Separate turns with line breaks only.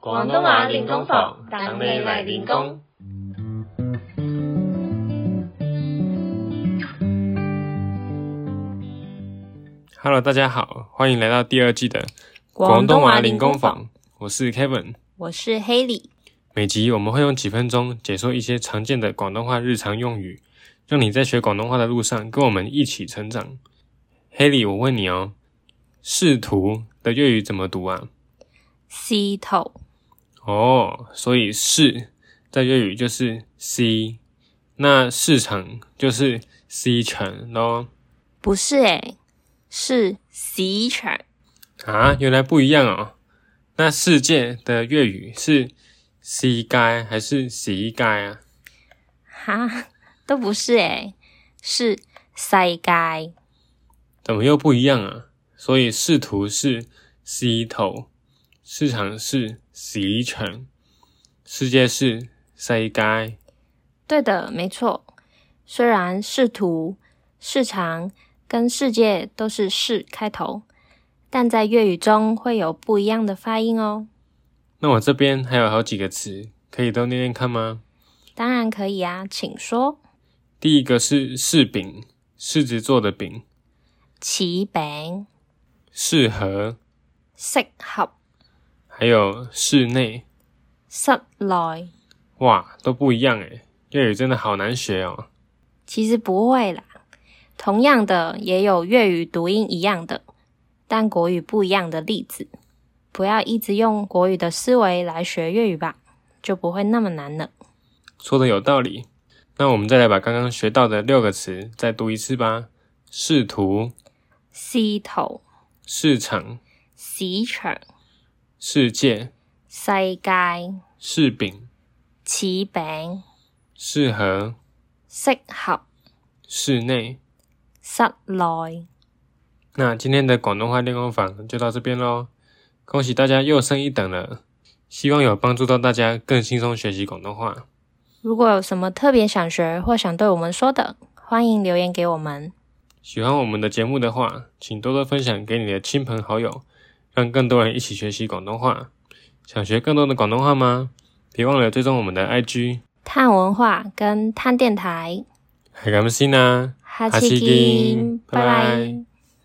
广东话練功房，等你嚟練功。
Hello，大家好，欢迎来到第二季的
话
林
零
工，坊，我是 Kevin。
我是 Haley。
每集我们会用几分钟解说一些常见的广东话日常用语，让你在学广东话的路上跟我们一起成长。Haley，我问你哦，仕途的粤语怎么读啊？
C 头
哦，所以市在粤语就是 C，那市场就是 C 城咯。
不是诶、是 C 场
啊，原来不一样哦。那世界的粤语是 C 街还是 C 街啊？
哈，都不是诶、是世界
怎么又不一样啊？所以仕途是 C 头，市场是 C 城，世界是 C 街。
对的，没错。虽然仕途、市场跟世界都是“市”开头，但在粤语中会有不一样的发音哦。
那我这边还有好几个词，可以都念念看吗？
当然可以啊，请说。
第一个是柿饼，柿子做的饼，
柿饼
适合，
适合
还有室内，
室内，
哇，都不一样诶，粤语真的好难学哦。
其实不会啦。同样的，也有粤语读音一样的，但国语不一样的例子。不要一直用国语的思维来学粤语吧，就不会那么难了。
说的有道理。那我们再来把刚刚学到的六个词再读一次吧：仕途、
市头、
市场、
市场、
世界、
世界、
柿饼、
柿饼、
适合、
适合、
室内。
室内。
那今天的广东话练功房就到这边喽，恭喜大家又升一等了，希望有帮助到大家更轻松学习广东话。
如果有什么特别想学或想对我们说的，欢迎留言给我们。
喜欢我们的节目的话，请多多分享给你的亲朋好友，让更多人一起学习广东话。想学更多的广东话吗？别忘了追踪我们的 IG。
探文化跟探电台，
系咁先啦。
哈
哈
奇
奇
金
金，
拜
拜
拜
拜